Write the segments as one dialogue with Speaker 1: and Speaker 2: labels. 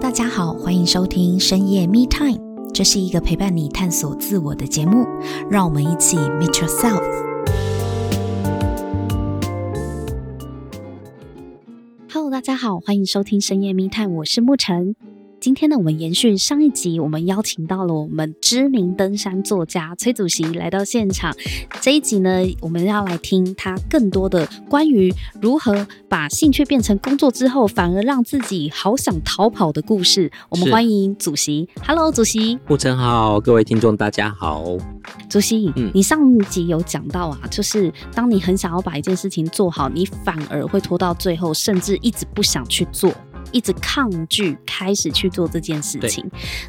Speaker 1: 大家好，欢迎收听深夜 Me Time，这是一个陪伴你探索自我的节目，让我们一起 Meet Yourself。Hello，大家好，欢迎收听深夜 Me Time，我是沐晨。今天呢，我们延续上一集，我们邀请到了我们知名登山作家崔祖席来到现场。这一集呢，我们要来听他更多的关于如何把兴趣变成工作之后，反而让自己好想逃跑的故事。我们
Speaker 2: 是
Speaker 1: 欢迎祖席，Hello，祖席。
Speaker 2: 顾晨好，各位听众大家好。
Speaker 1: 主席，
Speaker 2: 嗯
Speaker 1: 你上一集有讲到啊，就是当你很想要把一件事情做好，你反而会拖到最后，甚至一直不想去做，一直抗拒开始去做这件事情。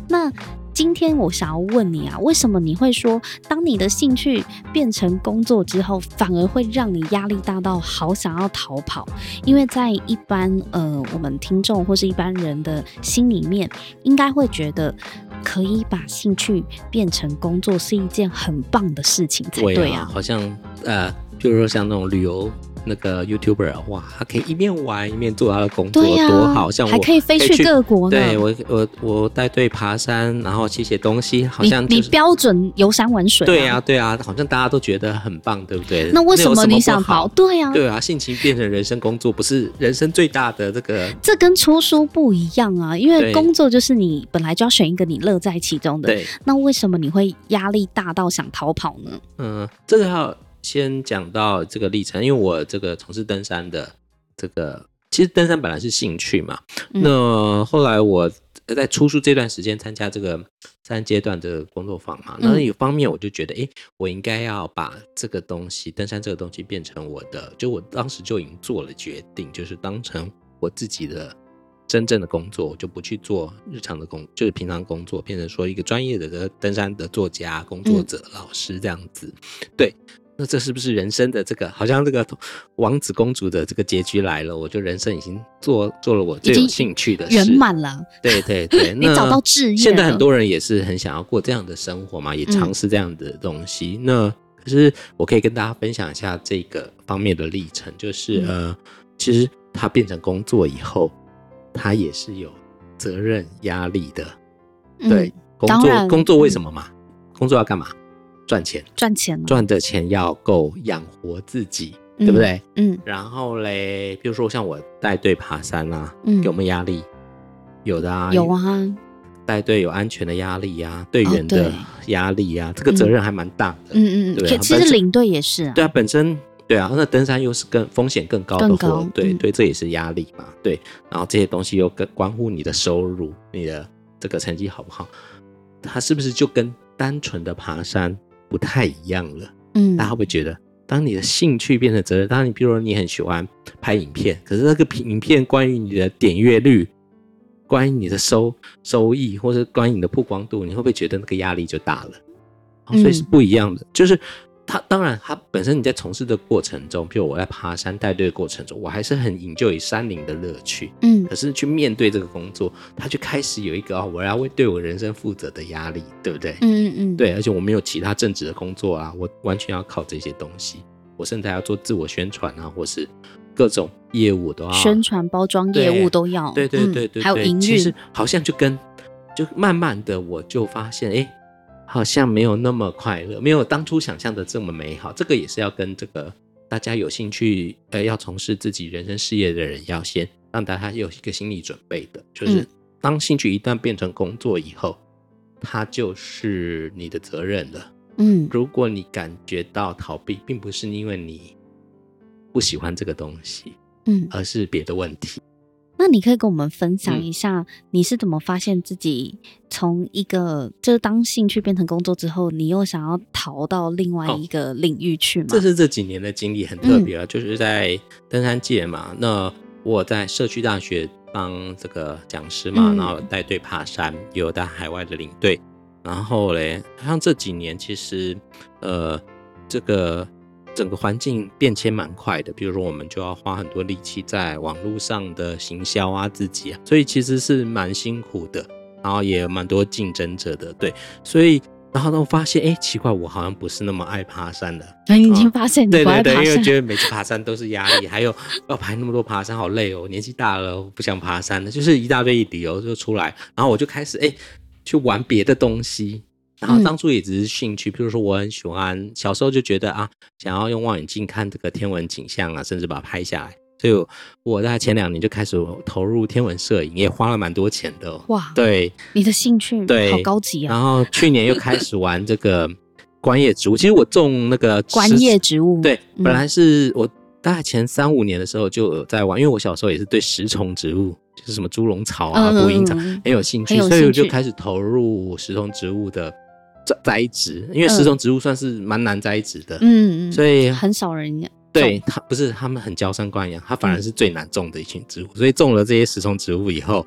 Speaker 1: 那今天我想要问你啊，为什么你会说，当你的兴趣变成工作之后，反而会让你压力大到好想要逃跑？因为在一般呃我们听众或是一般人的心里面，应该会觉得可以把兴趣变成工作是一件很棒的事情才对啊。
Speaker 2: 好像呃，譬如说像那种旅游那个 YouTuber，啊哇，他可以一面玩一面做他的工作，
Speaker 1: 对呀、
Speaker 2: 啊多好！像我
Speaker 1: 还可以飞去各国呢。
Speaker 2: 对我我我带队爬山，然后写写东西，好像
Speaker 1: 你
Speaker 2: 就
Speaker 1: 你
Speaker 2: 是
Speaker 1: 标准游山玩水、
Speaker 2: 对啊对啊，好像大家都觉得很棒，对不对？
Speaker 1: 那为
Speaker 2: 有
Speaker 1: 什么
Speaker 2: 么
Speaker 1: 你
Speaker 2: 不
Speaker 1: 想逃？
Speaker 2: 好？
Speaker 1: 对啊，
Speaker 2: 对啊，性情变成人生工作，不是人生最大的这个
Speaker 1: 这跟出书不一样啊，因为
Speaker 2: 对
Speaker 1: 工作就是你本来就要选一个你乐在其中的。
Speaker 2: 对。
Speaker 1: 那为什么你会压力大到想逃跑呢？
Speaker 2: 嗯，这个要先讲到这个历程，因为我这个从事登山的这个，其实登山本来是兴趣嘛。
Speaker 1: 嗯
Speaker 2: 那后来我在出书这段时间参加这个三阶段的工作坊嘛，
Speaker 1: 嗯
Speaker 2: 那有方面我就觉得，诶，我应该要把这个东西，登山这个东西变成我的，就我当时就已经做了决定，就是当成我自己的。真正的工作，我就不去做日常的工，就是平常工作，变成说一个专业的这个登山的作家、工作
Speaker 1: 嗯
Speaker 2: 者、老师这样子。对，那这是不是人生的这个好像这个王子公主的这个结局来了？我就人生已经做做了我最
Speaker 1: 已
Speaker 2: 有
Speaker 1: 经
Speaker 2: 兴趣的事，
Speaker 1: 圆满了，
Speaker 2: 对对呃 对，
Speaker 1: 你
Speaker 2: 那
Speaker 1: 找到置业
Speaker 2: 现在
Speaker 1: 了
Speaker 2: 很多人也是很想要过这样的生活嘛，也
Speaker 1: 嗯
Speaker 2: 尝试这样的东西。那可是我可以跟大家分享一下这个方面的历程，就是、
Speaker 1: 嗯
Speaker 2: 呃，其实它变成工作以后，它也是有责任压力的。
Speaker 1: 嗯
Speaker 2: 对，工
Speaker 1: 当然
Speaker 2: 作工作为
Speaker 1: 嗯
Speaker 2: 什么嘛？工作要干嘛？赚钱，
Speaker 1: 嗯、赚钱了，
Speaker 2: 赚的钱要够养活自己，
Speaker 1: 嗯
Speaker 2: 对不？对？
Speaker 1: 嗯
Speaker 2: 然后嘞，比如说像我带队爬山啊，
Speaker 1: 嗯，
Speaker 2: 有没有压力？有的啊，
Speaker 1: 有啊，
Speaker 2: 带队有安全的压力呀、队
Speaker 1: 哦
Speaker 2: 员
Speaker 1: 对
Speaker 2: 的压力呀、这个责任还蛮大的。
Speaker 1: 嗯嗯
Speaker 2: 对
Speaker 1: 嗯，
Speaker 2: 啊
Speaker 1: 其
Speaker 2: 本
Speaker 1: 实
Speaker 2: 身
Speaker 1: 领队也是啊，
Speaker 2: 对啊，本身对啊，那登山又是更风险更高的
Speaker 1: 更
Speaker 2: 活，
Speaker 1: 高
Speaker 2: 对
Speaker 1: 嗯
Speaker 2: 对，这也是压力嘛，对。然后这些东西又跟关乎你的收入、你的这个成绩好不好，它是不是就跟单纯的爬山不太一样了？
Speaker 1: 嗯
Speaker 2: 大家会不会觉得，当你的兴趣变成责任，当你比如说你很喜欢拍影片，可是那个影片关于你的点阅率，关于你的收收益，或是关于你的曝光度，你会不会觉得那个压力就大了？哦所以是
Speaker 1: 嗯
Speaker 2: 不一样的，就是。它当然，它本身你在从事的过程中，比如我在爬山带队的过程中，我还是很引咎于山林的乐趣。
Speaker 1: 嗯
Speaker 2: 可是去面对这个工作，它就开始有一个、哦、我要为对我人生负责的压力，对不对？
Speaker 1: 嗯嗯，
Speaker 2: 对，而且我没有其他正职的工作啊，我完全要靠这些东西。我甚至还要做自我宣传啊，或是各种业务都要。
Speaker 1: 宣传包装业务都要，
Speaker 2: 对对
Speaker 1: 嗯
Speaker 2: 对对，
Speaker 1: 还有
Speaker 2: 对
Speaker 1: 营
Speaker 2: 其实
Speaker 1: 运，
Speaker 2: 好像就跟就慢慢的我就发现，哎，好像没有那么快乐，没有当初想象的这么美好。这个也是要跟这个大家有兴趣呃要从事自己人生事业的人，要先让大家有一个心理准备的，就是
Speaker 1: 嗯
Speaker 2: 当兴趣一旦变成工作以后，它就是你的责任了。
Speaker 1: 嗯
Speaker 2: 如果你感觉到逃避，并不是因为你不喜欢这个东西，
Speaker 1: 嗯。
Speaker 2: 而是别的问题。
Speaker 1: 那你可以跟我们分享
Speaker 2: 嗯
Speaker 1: 一下，你是怎么发现自己从一个就是当兴趣变成工作之后，你又想要逃到另外一个领域去吗？
Speaker 2: 哦这是这几年的经历很特别了，啊就是在登山界嘛。那我在社区大学当这个讲师嘛，
Speaker 1: 嗯
Speaker 2: 然后带队爬山，也有带海外的领队。然后嘞，像这几年其实，呃，这个整个环境变迁蛮快的。比如说，我们就要花很多力气在网络上的行销啊，自己啊，所以其实是蛮辛苦的。然后也有蛮多竞争者的，对，所以然后呢，我发现哎，奇怪，我好像不是那么爱爬山的。
Speaker 1: 哎，你已经发现你
Speaker 2: 对
Speaker 1: 不
Speaker 2: 对
Speaker 1: 爱
Speaker 2: 哦对，
Speaker 1: 爬
Speaker 2: 因为
Speaker 1: 山，
Speaker 2: 觉得每次爬山都是压力，还有要爬那么多爬山，好累哦，我年纪大了，我不想爬山了，就是一大堆理由就出来，然后我就开始哎去玩别的东西。然后
Speaker 1: 嗯
Speaker 2: 当初也只是兴趣，比如说我很喜欢，小时候就觉得啊，想要用望远镜看这个天文景象啊，甚至把它拍下来。所以我，我大概前两年就开始投入天文摄影，也花了蛮多钱的、哦。
Speaker 1: 哇，
Speaker 2: 对，
Speaker 1: 你的兴趣
Speaker 2: 对
Speaker 1: 好高级啊！
Speaker 2: 然后去年又开始玩这个观叶植物，其实我种那个
Speaker 1: 观
Speaker 2: 十
Speaker 1: 叶植物，
Speaker 2: 对，
Speaker 1: 嗯
Speaker 2: 本来是我大概前三五年的时候就有在玩，因为我小时候也是对食虫植物，就是什么猪笼草啊、
Speaker 1: 嗯，
Speaker 2: 捕蝇草
Speaker 1: 嗯
Speaker 2: 很有兴趣，
Speaker 1: 很有
Speaker 2: 所以我
Speaker 1: 兴
Speaker 2: 就
Speaker 1: 趣
Speaker 2: 开始投入食虫植物的栽栽植，因为食虫植物算是蛮难栽植的，
Speaker 1: 嗯，嗯
Speaker 2: 所以
Speaker 1: 很少人
Speaker 2: 对它不是他们很娇生惯养，它反而是最难种的一群植物，所以种了这些食虫植物以后，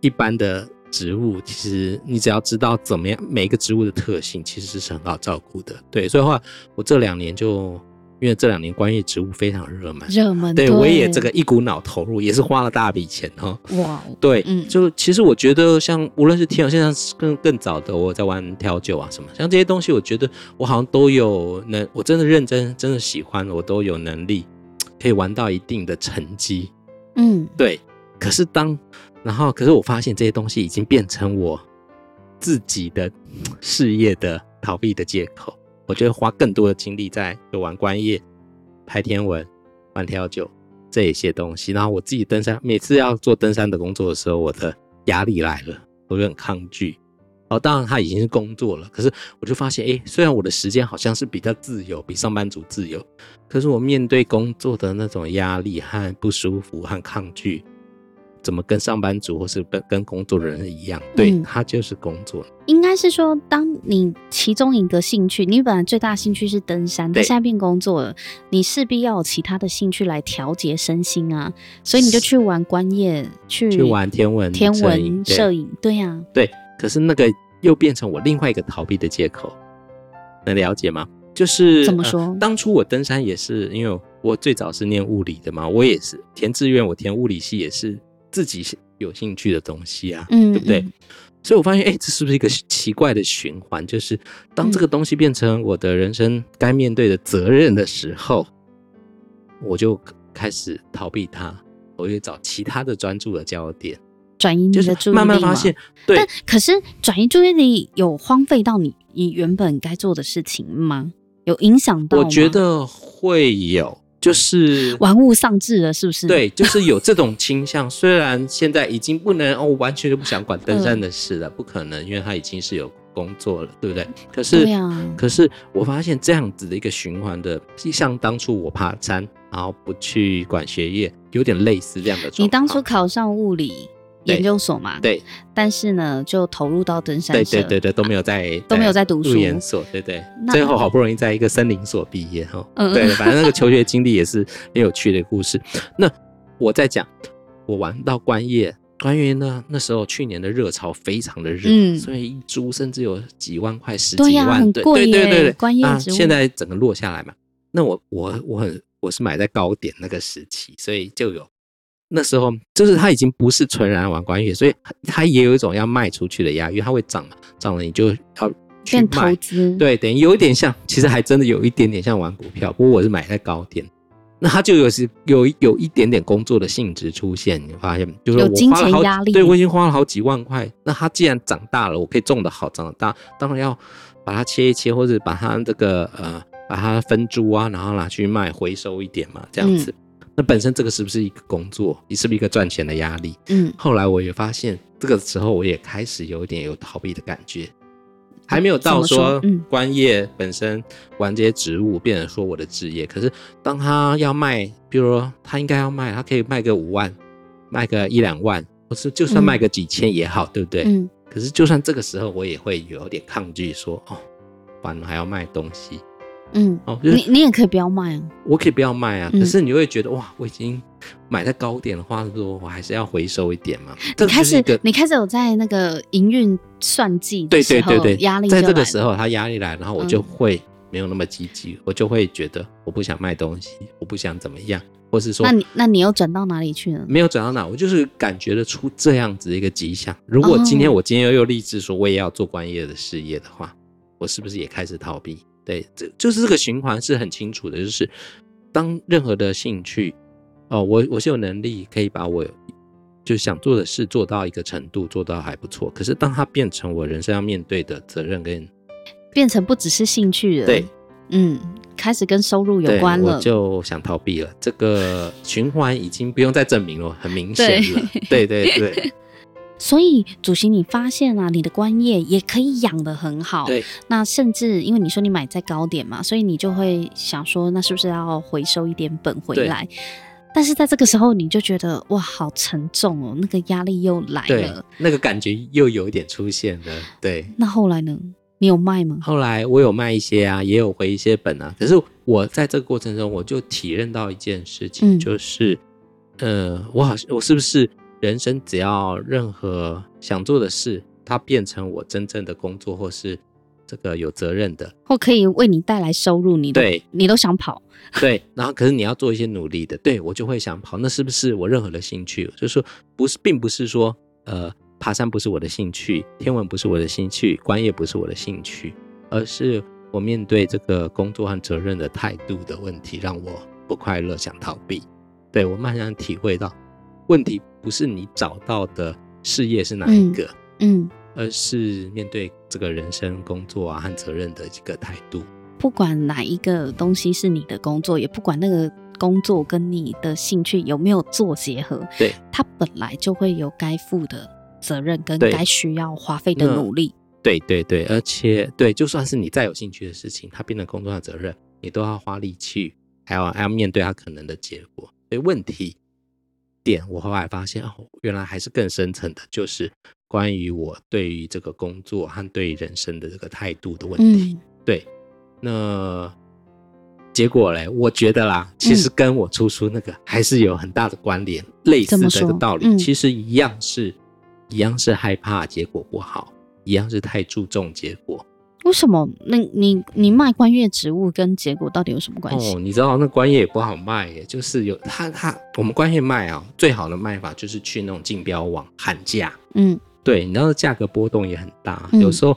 Speaker 2: 一般的。植物其实你只要知道怎么样每一个植物的特性，其实是很好照顾的。对，所以的话，我这两年就因为这两年观叶植物非常热门，
Speaker 1: 热门，
Speaker 2: 对我也这个一股脑投入，也是花了大笔钱哦。
Speaker 1: 哇哦，
Speaker 2: 对，
Speaker 1: 嗯
Speaker 2: 就其实我觉得像无论是天友，现在更更早的我在玩调酒啊什么，像这些东西，我觉得我好像都有能，我真的认真，真的喜欢，我都有能力可以玩到一定的成绩。
Speaker 1: 嗯，
Speaker 2: 对，可是当然后，可是我发现这些东西已经变成我自己的事业的逃避的借口。我就会花更多的精力在就玩观叶、拍天文、玩调酒这一些东西。然后我自己登山，每次要做登山的工作的时候，我的压力来了，我就很抗拒。哦，当然它已经是工作了，可是我就发现，诶，虽然我的时间好像是比较自由，比上班族自由，可是我面对工作的那种压力和不舒服和抗拒，怎么跟上班族或是跟跟工作的人一样？对
Speaker 1: 嗯，
Speaker 2: 他就是工作。
Speaker 1: 应该是说，当你其中一个兴趣，你本来最大兴趣是登山，
Speaker 2: 对
Speaker 1: 但现在变工作了，你势必要有其他的兴趣来调节身心啊，所以你就去玩观叶，去
Speaker 2: 去玩天文
Speaker 1: 嗯天
Speaker 2: 摄影
Speaker 1: 文
Speaker 2: 对
Speaker 1: 摄影，对呀、
Speaker 2: 可是那个又变成我另外一个逃避的借口，能了解吗？就是
Speaker 1: 怎么
Speaker 2: 呃
Speaker 1: 说
Speaker 2: 当初我登山也是因为我最早是念物理的嘛，我也是填志愿，我填物理系也是自己有兴趣的东西啊，
Speaker 1: 嗯
Speaker 2: 对不对
Speaker 1: 嗯？
Speaker 2: 所以我发现，哎，这是不是一个奇怪的循环？就是当这个东西变成我的人生该面对的责任的时候，我就开始逃避它，我就找其他的专注的焦点，
Speaker 1: 转移你
Speaker 2: 就
Speaker 1: 的
Speaker 2: 是
Speaker 1: 注意力
Speaker 2: 慢慢
Speaker 1: 嘛
Speaker 2: 发现，对，
Speaker 1: 但可是转移注意力有荒废到你你原本该做的事情吗？有影响到吗？
Speaker 2: 我觉得会有，就是
Speaker 1: 玩物丧志了，是不是？，
Speaker 2: 对，就是有这种倾向。虽然现在已经不能哦，完全就不想管登
Speaker 1: 嗯
Speaker 2: 山的事了，不可能，因为他已经是有工作了，对不对？可是，
Speaker 1: 对啊
Speaker 2: 可是我发现这样子的一个循环的，像当初我爬山，然后不去管学业，有点类似这样的状况。
Speaker 1: 你当初考上物理
Speaker 2: 啊对
Speaker 1: 研究所嘛，
Speaker 2: 对
Speaker 1: 但是呢，就投入到登山
Speaker 2: 对
Speaker 1: 社，
Speaker 2: 对对对都没有在
Speaker 1: 都没有在读书
Speaker 2: 入研所，对对，
Speaker 1: 那
Speaker 2: 最后好不容易在一个森林所毕业哦哈。
Speaker 1: 嗯
Speaker 2: 对，反正那个求学经历也是很有趣的故事。那我在讲，我玩到观叶，观叶呢那时候去年的热潮非常的热，
Speaker 1: 嗯
Speaker 2: 所以一株甚至有几万块、十
Speaker 1: 对
Speaker 2: 几
Speaker 1: 呀
Speaker 2: 万，
Speaker 1: 很
Speaker 2: 对
Speaker 1: 贵
Speaker 2: 对对
Speaker 1: 耶
Speaker 2: 对对，
Speaker 1: 观叶
Speaker 2: 啊
Speaker 1: 植物
Speaker 2: 现在整个落下来嘛。那我我我很我是买在高点那个时期，所以就有。那时候就是它已经不是纯然玩观叶，所以它也有一种要卖出去的压力，因为它会涨嘛，涨了你就要去
Speaker 1: 变投
Speaker 2: 卖，
Speaker 1: 资，，
Speaker 2: 对，等于有一点像，其实还真的有一点点像玩股票，不过我是买在高点，那它就有时有有一点点工作的性质出现，你发现吗就是
Speaker 1: 有
Speaker 2: 我
Speaker 1: 金
Speaker 2: 花了
Speaker 1: 钱
Speaker 2: 好
Speaker 1: 压力
Speaker 2: 对我已经花了好几万块，那它既然长大了，我可以种的好，长得大，当然要把它切一切，或者把它这个呃把它分株啊，然后拿去卖回收一点嘛，这
Speaker 1: 嗯
Speaker 2: 样子。那本身这个是不是一个工作？你是不是一个赚钱的压力？
Speaker 1: 嗯，
Speaker 2: 后来我也发现，这个时候我也开始有点有逃避的感觉，还没有到
Speaker 1: 怎么说
Speaker 2: 说
Speaker 1: 嗯
Speaker 2: 观叶本身玩这些植物变成说我的职业。可是当他要卖，比如说他应该要卖，他可以卖个五万，卖个一两万，或是就算卖个几千也好，对不对？
Speaker 1: 嗯，
Speaker 2: 可是就算这个时候，我也会有点抗拒说，哦，完了还要卖东西，
Speaker 1: 嗯，
Speaker 2: 哦，就是
Speaker 1: 你你也可以不要卖啊，
Speaker 2: 我可以不要卖啊，
Speaker 1: 嗯
Speaker 2: 可是你会觉得哇，我已经买在高点的话，多，我还是要回收一点嘛。这
Speaker 1: 你
Speaker 2: 个
Speaker 1: 开
Speaker 2: 就是一
Speaker 1: 始
Speaker 2: 个
Speaker 1: 你开始有在那个营运算计的
Speaker 2: 对
Speaker 1: 时
Speaker 2: 对
Speaker 1: 候，
Speaker 2: 对对，
Speaker 1: 压力就
Speaker 2: 在这
Speaker 1: 来
Speaker 2: 个
Speaker 1: 了嗯
Speaker 2: 时候他压力来，然后我就会没有那么积极，我就会觉得我不想卖东西，我不想怎么样，或是说
Speaker 1: 那你那你又转到哪里去了？
Speaker 2: 没有转到哪，我就是感觉得出这样子的一个迹象。如果今天
Speaker 1: 哦
Speaker 2: 我今天又立志说我也要做观业的事业的话，我我是不是也开始逃避？对，这就是这个循环是很清楚的，就是当任何的兴趣，哦，我我是有能力可以把我就想做的事做到一个程度，做到还不错。可是当它变成我人生要面对的责任跟
Speaker 1: 变成不只是兴趣了，
Speaker 2: 对，
Speaker 1: 嗯，开始跟收入有
Speaker 2: 对
Speaker 1: 关
Speaker 2: 我
Speaker 1: 了，
Speaker 2: 就想逃避了。这个循环已经不用再证明了，很明显
Speaker 1: 对
Speaker 2: 了。对对对
Speaker 1: 所以主席，你发现啊，你的观叶也可以养得很 好，
Speaker 2: 对，
Speaker 1: 那甚至因为你说你买在高点嘛，所以你就会想说，那是不是要回收一点本回来？但是在这个时候，你就觉得哇，好沉重哦，那个压力又来
Speaker 2: 对
Speaker 1: 了。，
Speaker 2: 那个感觉又有一点出现了。对，
Speaker 1: 那后来呢？你有卖吗？
Speaker 2: 后来我有卖一些啊，也有回一些本啊。可是我在这个过程中，我就体认到一件事情，
Speaker 1: 嗯
Speaker 2: 就是，呃，我好像，我是不是人生只要任何想做的事，它变成我真正的工作，或是这个有责任的，
Speaker 1: 或可以为你带来收入，你都
Speaker 2: 对
Speaker 1: 你都想跑，
Speaker 2: 对。然后，可是你要做一些努力的，对我就会想跑，那是不是我任何的兴趣？就是说，不是，并不是说，呃，爬山不是我的兴趣，天文不是我的兴趣，观夜不是我的兴趣，而是我面对这个工作和责任的态度的问题，让我不快乐，想逃避。对我慢慢体会到，问题不是你找到的事业是哪一个，
Speaker 1: 嗯，
Speaker 2: 而是面对这个人生、工作啊和责任的一个态度。
Speaker 1: 不管哪一个东西是你的工作，也不管那个工作跟你的兴趣有没有做结合，
Speaker 2: 对，
Speaker 1: 它本来就会有该负的责任跟
Speaker 2: 对
Speaker 1: 该需要花费的
Speaker 2: 那
Speaker 1: 努力，
Speaker 2: 对对对，而且对，就算是你再有兴趣的事情，它变成工作上的责任，你都要花力气，还要还要面对它可能的结果。所以问题点，我后来发现哦，原来还是更深层的，就是关于我对于这个工作和对于人生的这个态度的问题。
Speaker 1: 嗯。
Speaker 2: 对，那结果嘞，我觉得啦，其
Speaker 1: 嗯
Speaker 2: 实跟我出书那个还是有很大的关联，类似的这
Speaker 1: 怎么
Speaker 2: 个
Speaker 1: 说
Speaker 2: 道理，
Speaker 1: 嗯
Speaker 2: 其实一样是，一样是害怕结果不好，一样是太注重结果。
Speaker 1: 为什么？那你你卖观叶植物跟结果到底有什么关系？
Speaker 2: 哦，你知道那观叶也不好卖耶，就是有他他我们观叶卖啊，最好的卖法就是去那种竞标网喊价，
Speaker 1: 嗯，
Speaker 2: 对，你知道价格波动也很大，
Speaker 1: 嗯
Speaker 2: 有时候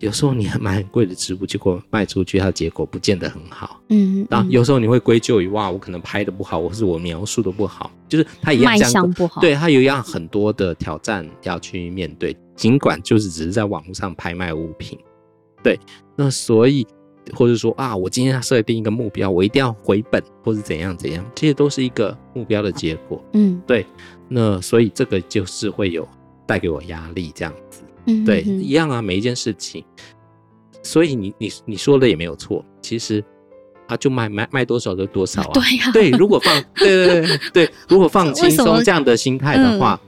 Speaker 2: 有时候你买很贵的植物，结果卖出去它的结果不见得很好。
Speaker 1: 嗯
Speaker 2: 然后
Speaker 1: 嗯，
Speaker 2: 有时候你会归咎于哇，我可能拍的不好，或是我描述的不好，就是它一样
Speaker 1: 卖
Speaker 2: 这样
Speaker 1: 相，不好，
Speaker 2: 对它有一样很多的挑战要去面对。尽管就是只是在网络上拍卖物品，对，那所以或者说啊，我今天要设定一个目标，我一定要回本，或是怎样怎样，这些都是一个目标的结果。
Speaker 1: 嗯
Speaker 2: 那所以这个就是会有带给我压力这样子。
Speaker 1: 嗯，
Speaker 2: 对，
Speaker 1: 嗯
Speaker 2: 一样啊，每一件事情。所以你你你说的也没有错，其实啊，就卖卖卖多少就多少啊。
Speaker 1: 对呀，
Speaker 2: 对如果 放对对对对，如果放轻
Speaker 1: 为什么嗯
Speaker 2: 松这样的心态的话，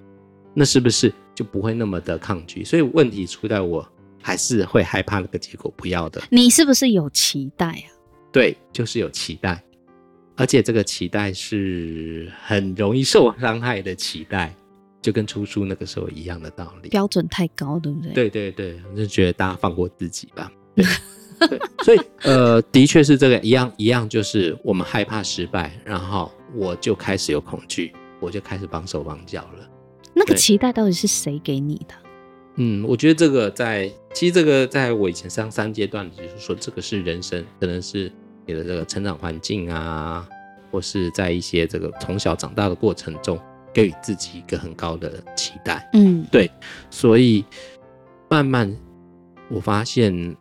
Speaker 2: 那是不是就不会那么的抗拒？所以问题出在我还是会害怕那个结果不要的。
Speaker 1: 你是不是有期待啊？
Speaker 2: 对，就是有期待，而且这个期待是很容易受伤害的期待，就跟出书那个时候一样的道理。
Speaker 1: 标准太高，对不对？，
Speaker 2: 对对对，我就觉得大家放过自己吧。对，对所以呃，的确是这个一样一样，就是我们害怕失败，然后我就开始有恐惧，我就开始绑手绑脚了。
Speaker 1: 那个
Speaker 2: 对
Speaker 1: 期待到底是谁给你的？
Speaker 2: 嗯，我觉得这个在其实这个在我以前上三阶段，就是说这个是人生，可能是你的这个成长环境啊，或是在一些这个从小长大的过程中，给予自己一个很高的期待。
Speaker 1: 嗯
Speaker 2: 所以慢慢我发现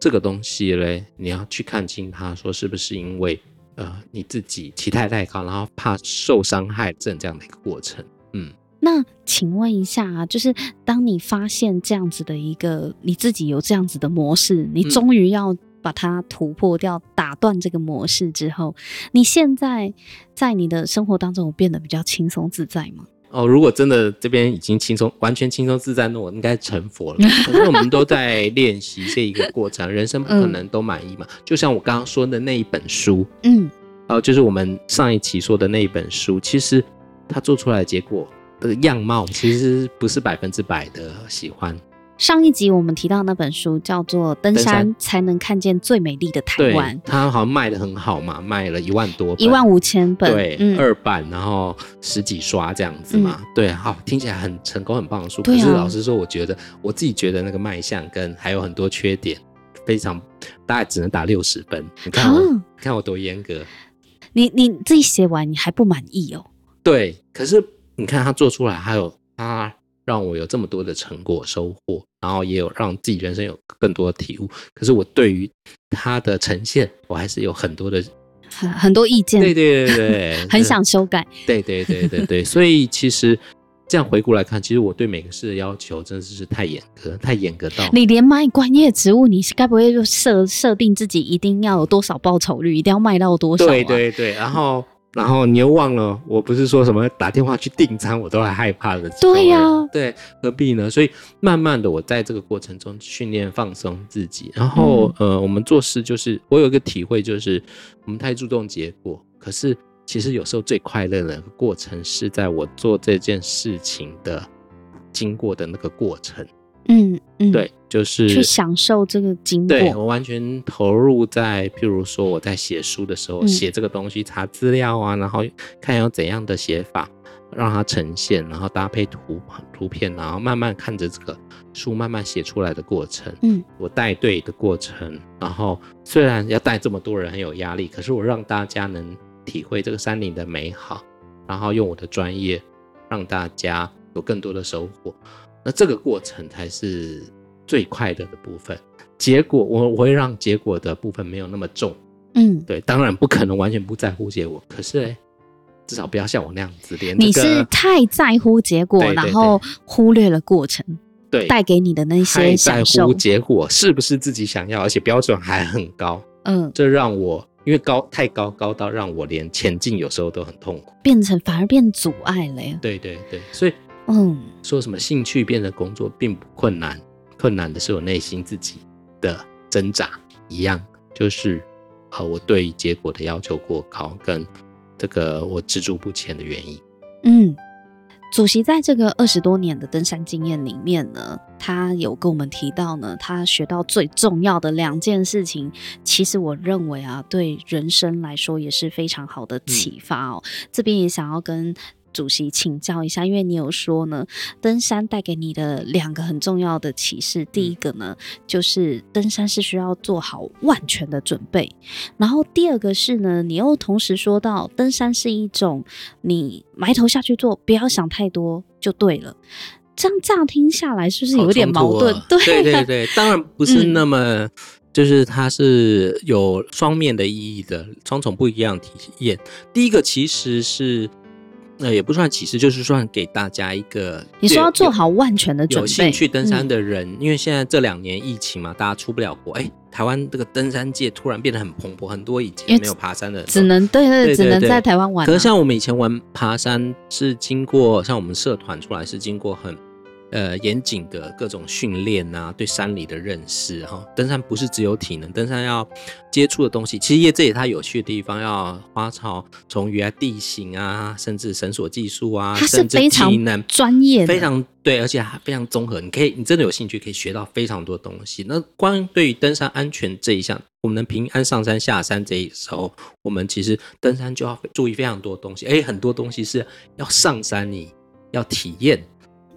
Speaker 2: 这个东西嘞，你要去看清它，说是不是因为呃你自己期待太高，然后怕受伤害症这样的一个过程。嗯，
Speaker 1: 那请问一下啊，就是当你发现这样子的一个你自己有这样子的模式，你
Speaker 2: 嗯
Speaker 1: 终于要把它突破掉、打断这个模式之后，你现在在你的生活当中有变得比较轻松自在吗？
Speaker 2: 哦，如果真的这边已经轻松，完全轻松自在，那我应该成佛了。可是我们都在练习这一个过程，人生不可能都满意嘛。就像我刚刚说的那一本书，
Speaker 1: 嗯
Speaker 2: 呃，就是我们上一期说的那一本书，其实它做出来的结果的样貌，其实不是百分之百的喜欢。
Speaker 1: 上一集我们提到那本书叫做《登
Speaker 2: 登山
Speaker 1: 山才能看见最美丽的台
Speaker 2: 对
Speaker 1: 湾》，，
Speaker 2: 它好像卖的很好嘛，卖了一万多本，
Speaker 1: 一万五千本，
Speaker 2: 对、
Speaker 1: 嗯，
Speaker 2: 二版，然后十几刷这样子嘛。对，好，听起来很成功、很棒的书。
Speaker 1: 对啊
Speaker 2: 可是老实说，我觉得我自己觉得那个卖相跟还有很多缺点，非常，大概只能打六十分。你看我，
Speaker 1: 啊，
Speaker 2: 你看我多严格。
Speaker 1: 你你自己写完你还不满意哦？
Speaker 2: 对，可是你看他做出来，还有他让我有这么多的成果收获，然后也有让自己人生有更多的体悟。可是我对于他的呈现，我还是有很多的，
Speaker 1: 很很多意见，
Speaker 2: 对 对对对，
Speaker 1: 嗯很想修改。
Speaker 2: 对对对对对，所以其实这样回顾来看，其实我对每个事的要求真的是太严格，太严格到
Speaker 1: 你连卖观叶植物，你是该不会就设设定自己一定要有多少报酬率，一定要卖到多少、啊？
Speaker 2: 对对对，然后然后你又忘了，我不是说什么打电话去订餐，我都还害怕的。哎
Speaker 1: 对呀
Speaker 2: 对，何必呢？所以慢慢的，我在这个过程中训练放松自己，然后、
Speaker 1: 嗯
Speaker 2: 呃，我们做事就是我有一个体会，就是我们太注重结果，可是其实有时候最快乐的过程是在我做这件事情的经过的那个过程。
Speaker 1: 嗯嗯，，
Speaker 2: 对，就是
Speaker 1: 去享受这个经过。
Speaker 2: 对我完全投入在，譬如说我在写书的时候，
Speaker 1: 嗯
Speaker 2: 写这个东西，查资料啊，然后看有怎样的写法让它呈现，然后搭配图图片，然后慢慢看着这个书慢慢写出来的过程，
Speaker 1: 嗯，
Speaker 2: 我带队的过程，然后虽然要带这么多人很有压力，可是我让大家能体会这个山林的美好，然后用我的专业让大家有更多的收获，那这个过程才是最快乐的部分。结果我我会让结果的部分没有那么重，
Speaker 1: 嗯，
Speaker 2: 对，当然不可能完全不在乎结果，可是嘞至少不要像我那样子，连
Speaker 1: 你
Speaker 2: 这
Speaker 1: 是
Speaker 2: 个
Speaker 1: 太在乎结果，
Speaker 2: 对对对
Speaker 1: 然后忽略了过程
Speaker 2: 对
Speaker 1: 带给你的那
Speaker 2: 太
Speaker 1: 些
Speaker 2: 在
Speaker 1: 享
Speaker 2: 乎
Speaker 1: 受。
Speaker 2: 结果哎是不是自己想要，而且标准还很高，
Speaker 1: 嗯，
Speaker 2: 这让我因为高太高高到让我连前进有时候都很痛苦。
Speaker 1: 变成反而变阻碍了耶。
Speaker 2: 对对对，所以
Speaker 1: 嗯，
Speaker 2: 说什么兴趣变成工作并不困难，困难的是我内心自己的挣扎。一样就是，呃，我对结果的要求过高，跟这个我执着不前的原因。
Speaker 1: 嗯，主席在这个二十多年的登山经验里面呢，他有跟我们提到呢，他学到最重要的两件事情，其实我认为啊，对人生来说也是非常好的启发哦。这边也想要跟。主席请教一下，因为你有说呢，登山带给你的两个很重要的启示，第一个呢，就是登山是需要做好万全的准备，然后第二个是呢，你又同时说到登山是一种你埋头下去做，不要想太多就对了。这样乍听下来是不是
Speaker 2: 哦
Speaker 1: 有点矛盾？
Speaker 2: 对、对
Speaker 1: 啊
Speaker 2: 对对，当然不是
Speaker 1: 嗯
Speaker 2: 那么，就是它是有双面的意义的，双重不一样的体验。第一个其实是，呃，也不算启示，就是算给大家一个，
Speaker 1: 你说要做
Speaker 2: 有
Speaker 1: 好万全的准
Speaker 2: 有
Speaker 1: 备，
Speaker 2: 兴趣登山
Speaker 1: 嗯
Speaker 2: 的人，因为现在这两年疫情嘛，大家出不了国，哎，台湾这个登山界突然变得很蓬勃，很多以
Speaker 1: 因
Speaker 2: 前
Speaker 1: 为
Speaker 2: 没有爬山的人都
Speaker 1: 只能对对
Speaker 2: 对对
Speaker 1: 只能
Speaker 2: 对
Speaker 1: 在台湾玩、啊。
Speaker 2: 可是像我们以前玩爬山，是经过像我们社团出来是经过很呃严谨的各种训练啊，对山里的认识哈、登山不是只有体能，登山要接触的东西，其实也这也它有趣的地方，要花草虫鱼啊、地形啊，甚至绳索技术啊，
Speaker 1: 它是
Speaker 2: 甚至
Speaker 1: 非常
Speaker 2: 技能。
Speaker 1: 专业的，
Speaker 2: 非常对，而且还非常综合。你可以，你真的有兴趣，可以学到非常多东西。那关于对于登山安全这一项，我们能平安上山下山这一时候，我们其实登山就要注意非常多东西。哎，很多东西是要上山你要体验，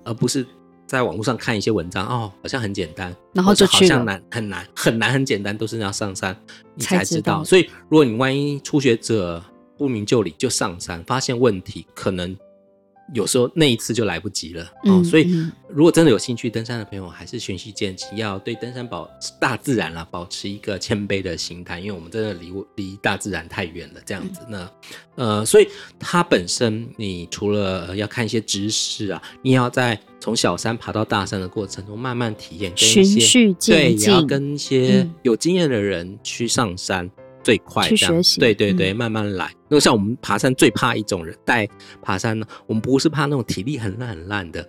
Speaker 2: 而不是在网络上看一些文章哦，好像很简单，
Speaker 1: 然后
Speaker 2: 或者
Speaker 1: 就去
Speaker 2: 好像
Speaker 1: 了
Speaker 2: 难很难很难很简单，都是要上山你
Speaker 1: 才
Speaker 2: 才
Speaker 1: 知
Speaker 2: 知道。
Speaker 1: 道
Speaker 2: 所以如果你万一初学者不明就里就上山，发现问题，可能有时候那一次就来不及了。哦，
Speaker 1: 嗯
Speaker 2: 所以
Speaker 1: 嗯
Speaker 2: 如果真的有兴趣登山的朋友，还是循序渐进，要对登山保大自然啦，保持一个谦卑的心态，因为我们真的离离大自然太远了，这样
Speaker 1: 嗯
Speaker 2: 子那呃，所以它本身，你除了呃要看一些知识啊，你也要在从小山爬到大山的过程中慢慢体验，跟一
Speaker 1: 循
Speaker 2: 些
Speaker 1: 序
Speaker 2: 对，
Speaker 1: 渐
Speaker 2: 也要
Speaker 1: 进，
Speaker 2: 跟一些
Speaker 1: 嗯
Speaker 2: 有经验的人去上山最快
Speaker 1: 去
Speaker 2: 这样
Speaker 1: 学习嗯
Speaker 2: 对对对，慢慢来。那像我们爬山最怕一种人带爬山呢，我们不是怕那种体力很烂很烂的。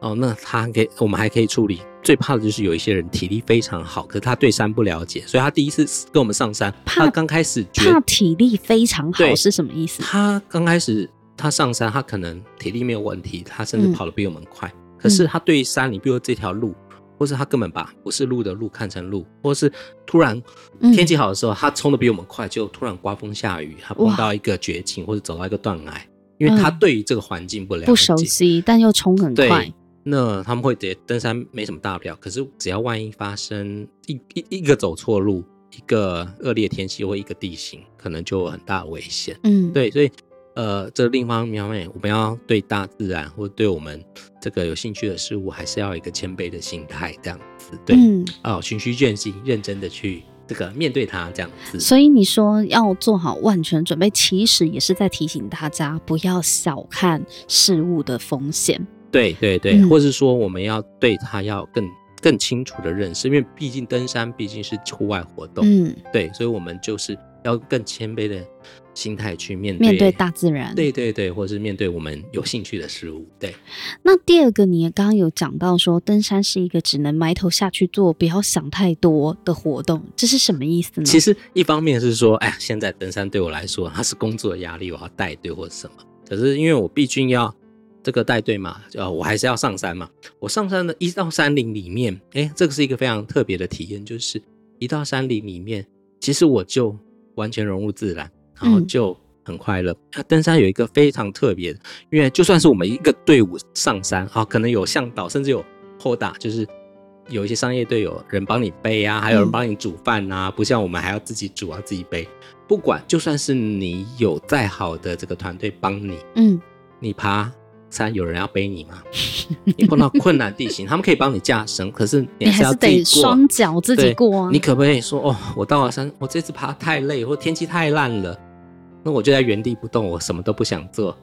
Speaker 2: 哦，那他给我们还可以处理，最怕的就是有一些人体力非常好，可是他对山不了解，所以他第一次跟我们上山，
Speaker 1: 怕
Speaker 2: 他刚开始觉
Speaker 1: 怕体力非常好
Speaker 2: 对
Speaker 1: 是什么意思？
Speaker 2: 他刚开始他上山，他可能体力没有问题，他甚
Speaker 1: 嗯
Speaker 2: 至跑得比我们快。可是他对山里，比如说这条路，或是他根本把不是路的路看成路，或是突然
Speaker 1: 嗯
Speaker 2: 天气好的时候，他冲得比我们快，就突然刮风下雨，他
Speaker 1: 哇
Speaker 2: 碰到一个绝境或者走到一个断崖，因为他
Speaker 1: 嗯
Speaker 2: 对于这个环境不了解，
Speaker 1: 不熟悉，但又冲很
Speaker 2: 对
Speaker 1: 快，
Speaker 2: 那他们会觉得登山没什么大不了，可是只要万一发生一一一个走错路，一个恶劣天气或一个地形，可能就有很大的危险。
Speaker 1: 嗯，
Speaker 2: 对，所以呃，这另一方面，我们要对大自然或对我们这个有兴趣的事物，还是要有一个谦卑的心态，这样子。对，
Speaker 1: 嗯，
Speaker 2: 哦，循序渐进，认真的去这个面对它，这样子。
Speaker 1: 所以你说要做好万全准备，其实也是在提醒大家不要小看事物的风险。
Speaker 2: 对对对，
Speaker 1: 嗯
Speaker 2: 或是说我们要对它要更更清楚的认识，因为毕竟登山毕竟是户外活动，
Speaker 1: 嗯，
Speaker 2: 对，所以我们就是要更谦卑的心态去面对
Speaker 1: 面对大自然。
Speaker 2: 对对对，或是面对我们有兴趣的事物，对
Speaker 1: 那第二个，你也刚刚有讲到说，登山是一个只能埋头下去做，不要想太多的活动，这是什么意思呢？
Speaker 2: 其实一方面是说，哎呀，现在登山对我来说，它是工作的压力，我要带队或者什么。可是因为我毕竟要这个带队嘛，呃，我还是要上山嘛。我上山的一到山林里面，哎，这个是一个非常特别的体验，就是一到山林里面，其实我就完全融入自然，然后
Speaker 1: 嗯
Speaker 2: 就很快乐。那、登山有一个非常特别的，因为就算是我们一个队伍上山啊，可能有向导，甚至有后打，就是有一些商业队有人帮你背啊，还有人
Speaker 1: 嗯
Speaker 2: 帮你煮饭啊，不像我们还要自己煮啊自己背。不管就算是你有再好的这个团队帮你，
Speaker 1: 嗯，
Speaker 2: 你爬山有人要背你吗？你碰到困难地形，他们可以帮你架绳，可是你
Speaker 1: 你
Speaker 2: 还是
Speaker 1: 还
Speaker 2: 要
Speaker 1: 是
Speaker 2: 自
Speaker 1: 得
Speaker 2: 己过。
Speaker 1: 双脚自己
Speaker 2: 对
Speaker 1: 过啊。
Speaker 2: 你可不可以说哦，我到了山，我这次爬太累，或天气太烂了，那我就在原地不动，我什么都不想做。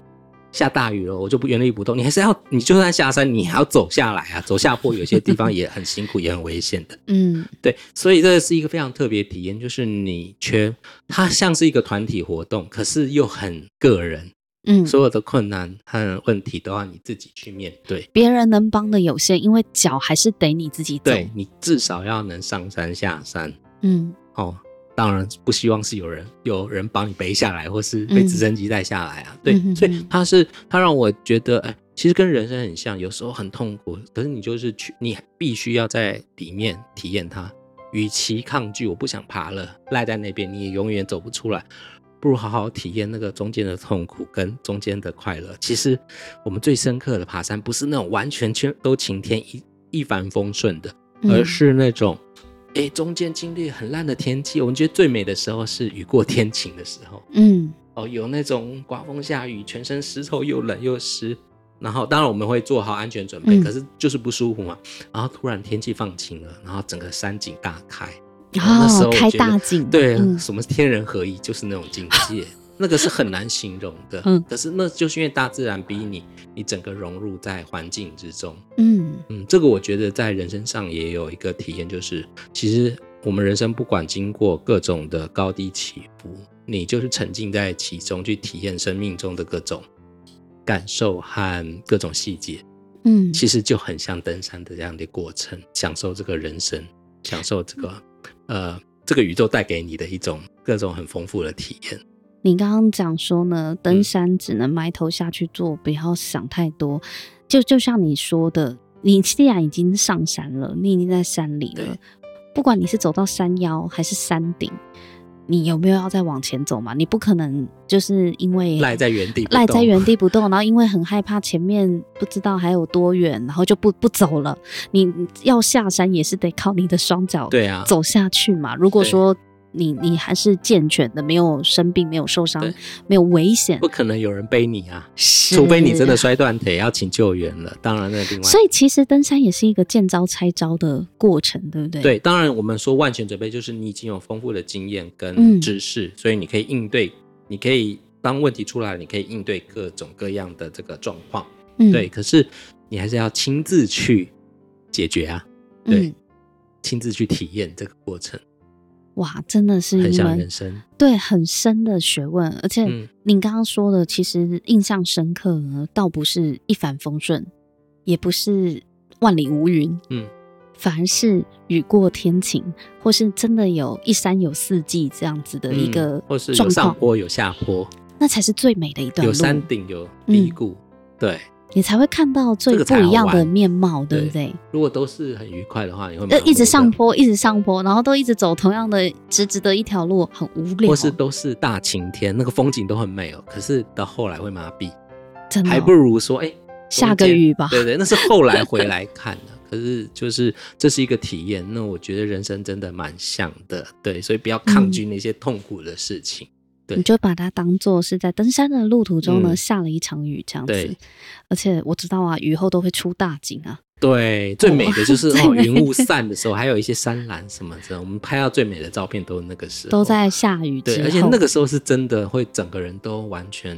Speaker 2: 下大雨了，我就不原地不动。你还是要，你就算下山，你还要走下来啊，走下坡，有些地方也很辛苦， 也很危险的。
Speaker 1: 嗯
Speaker 2: 对，所以这是一个非常特别的体验，就是你全它像是一个团体活动，可是又很个人，
Speaker 1: 嗯，
Speaker 2: 所有的困难和问题都要你自己去面对。
Speaker 1: 别人能帮的有限，因为脚还是得你自己走。
Speaker 2: 对你至少要能上山下山
Speaker 1: 嗯
Speaker 2: 哦。当然不希望是有人有人帮你背下来，或是被
Speaker 1: 嗯
Speaker 2: 直升机带下来啊。
Speaker 1: 嗯哼
Speaker 2: 对，所以
Speaker 1: 哼
Speaker 2: 它是它让我觉得，哎，其实跟人生很像，有时候很痛苦，可是你就是去，你必须要在里面体验它。与其抗拒，我不想爬了，赖在那边，你也永远走不出来。不如好好体验那个中间的痛苦跟中间的快乐。其实我们最深刻的爬山，不是那种完全全都晴天一一帆风顺的，
Speaker 1: 嗯
Speaker 2: 而是那种，哎、中间经历很烂的天气，我们觉得最美的时候是雨过天晴的时候。
Speaker 1: 嗯
Speaker 2: 哦，有那种刮风下雨，全身湿透又冷又湿，然后当然我们会做好安全准备，
Speaker 1: 嗯
Speaker 2: 可是就是不舒服嘛。然后突然天气放晴了，然后整个山景大开，那时候
Speaker 1: 哦，
Speaker 2: 我
Speaker 1: 开
Speaker 2: 觉得
Speaker 1: 大景，
Speaker 2: 对，啊
Speaker 1: 嗯
Speaker 2: 什么天人合一，就是那种境 界，那个是很难形容的。
Speaker 1: 嗯
Speaker 2: 可是那就是因为大自然逼你，你整个融入在环境之中。
Speaker 1: 嗯
Speaker 2: 嗯，这个我觉得在人生上也有一个体验，就是其实我们人生不管经过各种的高低起伏，你就是沉浸在其中去体验生命中的各种感受和各种细节，
Speaker 1: 嗯，
Speaker 2: 其实就很像登山的这样的过程，享受这个人生，享受这个
Speaker 1: 嗯
Speaker 2: 呃这个宇宙带给你的一种各种很丰富的体验。
Speaker 1: 你刚刚讲说呢，登
Speaker 2: 嗯
Speaker 1: 山只能埋头下去做，不要想太多。就就像你说的，你既然已经上山了，你已经在山里了
Speaker 2: 对，
Speaker 1: 不管你是走到山腰还是山顶，你有没有要再往前走嘛？你不可能就是因为
Speaker 2: 赖在原地不
Speaker 1: 嗯
Speaker 2: 动，
Speaker 1: 赖在 原地不动，然后因为很害怕前面不知道还有多远，然后就不不走了。你你要下山也是得靠你的双脚
Speaker 2: 对啊，
Speaker 1: 走下去嘛。如果
Speaker 2: 对
Speaker 1: 说你你还是健全的，没有生病，没有受伤
Speaker 2: 对，
Speaker 1: 没有危险
Speaker 2: 不，可能有人背你啊。
Speaker 1: 是
Speaker 2: 除非你真的。摔断腿要请救援了，当然那另外。
Speaker 1: 所以其实登山也是一个见招拆招的过程，对不对？，
Speaker 2: 对，当然我们说万全准备就是你已经有丰富的经验
Speaker 1: 嗯
Speaker 2: 跟知识，所以你可以应对，你可以当问题出来，你可以应对各种各样的这个状况。
Speaker 1: 嗯、
Speaker 2: 对，可是你还是要亲自去解决啊，对
Speaker 1: 嗯，
Speaker 2: 亲自去体验这个过程，
Speaker 1: 哇，真的是
Speaker 2: 很
Speaker 1: 一
Speaker 2: 像
Speaker 1: 门
Speaker 2: 人生。
Speaker 1: 对很深的学问，而且
Speaker 2: 嗯，
Speaker 1: 您刚刚说的，其实印象深刻呢，倒不是一帆风顺，也不是万里无云，
Speaker 2: 嗯，
Speaker 1: 反而是雨过天晴，或是真的有一山有四季这样子的一个
Speaker 2: 嗯或是
Speaker 1: 状
Speaker 2: 有上
Speaker 1: 况，
Speaker 2: 坡有下坡，
Speaker 1: 那才是最美的一段
Speaker 2: 有
Speaker 1: 路，嗯
Speaker 2: 山顶有低谷，对。
Speaker 1: 你才会看到最
Speaker 2: 这个
Speaker 1: 不
Speaker 2: 才好
Speaker 1: 一样的
Speaker 2: 玩
Speaker 1: 面貌，对不对？
Speaker 2: 如果都是很愉快的话，你会
Speaker 1: 呃，
Speaker 2: 蛮
Speaker 1: 一直
Speaker 2: 无
Speaker 1: 上
Speaker 2: 聊
Speaker 1: 坡，一直上坡，然后都一直走同样的直直的一条路，很无聊
Speaker 2: 或，是都是大晴天，那个风景都很美哦。可是到后来会麻痹，
Speaker 1: 真的
Speaker 2: 还不如说，哎、
Speaker 1: 嗯下个雨吧
Speaker 2: 对对，那是后来回来看的。 可是就是这是一个体验，那我觉得人生真的蛮像的，对，所以不要抗拒那些痛苦的事情。
Speaker 1: 嗯
Speaker 2: 对
Speaker 1: 你就把它当做是在登山的路途中呢、
Speaker 2: 嗯
Speaker 1: 下了一场雨这样子
Speaker 2: 对。
Speaker 1: 而且我知道啊，雨后都会出大景啊。
Speaker 2: 对，最美的就是
Speaker 1: 哦最
Speaker 2: 哦，
Speaker 1: 美
Speaker 2: 云雾散的时候，还有一些山岚什么的，我们拍到最美的照片都是那个时候，
Speaker 1: 都在下雨之后，
Speaker 2: 对，而且那个时候是真的会整个人都完全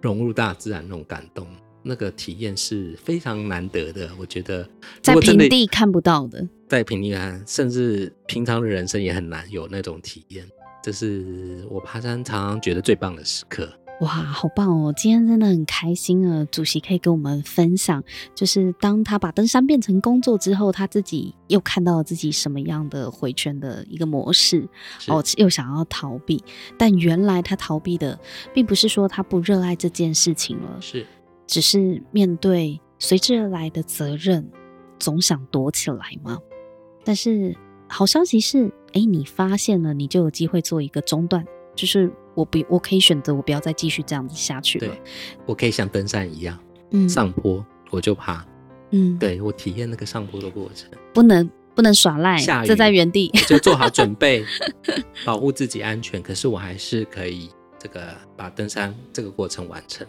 Speaker 2: 融入大自然那种感动，那个体验是非常难得的。我觉得如
Speaker 1: 在
Speaker 2: 果真
Speaker 1: 平
Speaker 2: 的
Speaker 1: 地看不到的，
Speaker 2: 在平地啊，甚至平常的人生也很难有那种体验。这是我爬山常常觉得最棒的时刻。
Speaker 1: 哇，好棒哦！今天真的很开心啊，主席可以跟我们分享，就是当他把登山变成工作之后，他自己又看到了自己什么样的回圈的一个模式，
Speaker 2: 是
Speaker 1: 哦，又想要逃避，但原来他逃避的并不是说他不热爱这件事情了，
Speaker 2: 是，
Speaker 1: 只是面对随之而来的责任，总想躲起来嘛。但是好消息是，哎，你发现了，你就有机会做一个中断，就是我不，我可以选择我不要再继续这样子下去了
Speaker 2: 对。我可以像登山一样
Speaker 1: 嗯
Speaker 2: 上坡，我就爬。
Speaker 1: 嗯，，
Speaker 2: 对我体验那个上坡的过 程，
Speaker 1: 不能不能耍赖
Speaker 2: 下，雨
Speaker 1: 这在原地
Speaker 2: 我。就做好准备，保护自己安全。可是我还是可以这个把登山这个过程完成。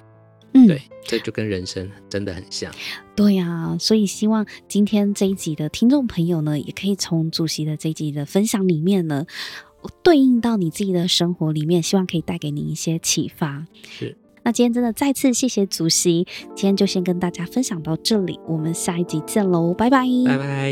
Speaker 1: 嗯，
Speaker 2: 对，这就跟人生真的很像。
Speaker 1: 对呀、所以希望今天这一集的听众朋友呢，也可以从主席的这一集的分享里面呢，对应到你自己的生活里面，希望可以带给你一些启发。
Speaker 2: 是，
Speaker 1: 那今天真的再次谢谢主席，今天就先跟大家分享到这里，我们下一集见喽，拜拜，
Speaker 2: 拜拜。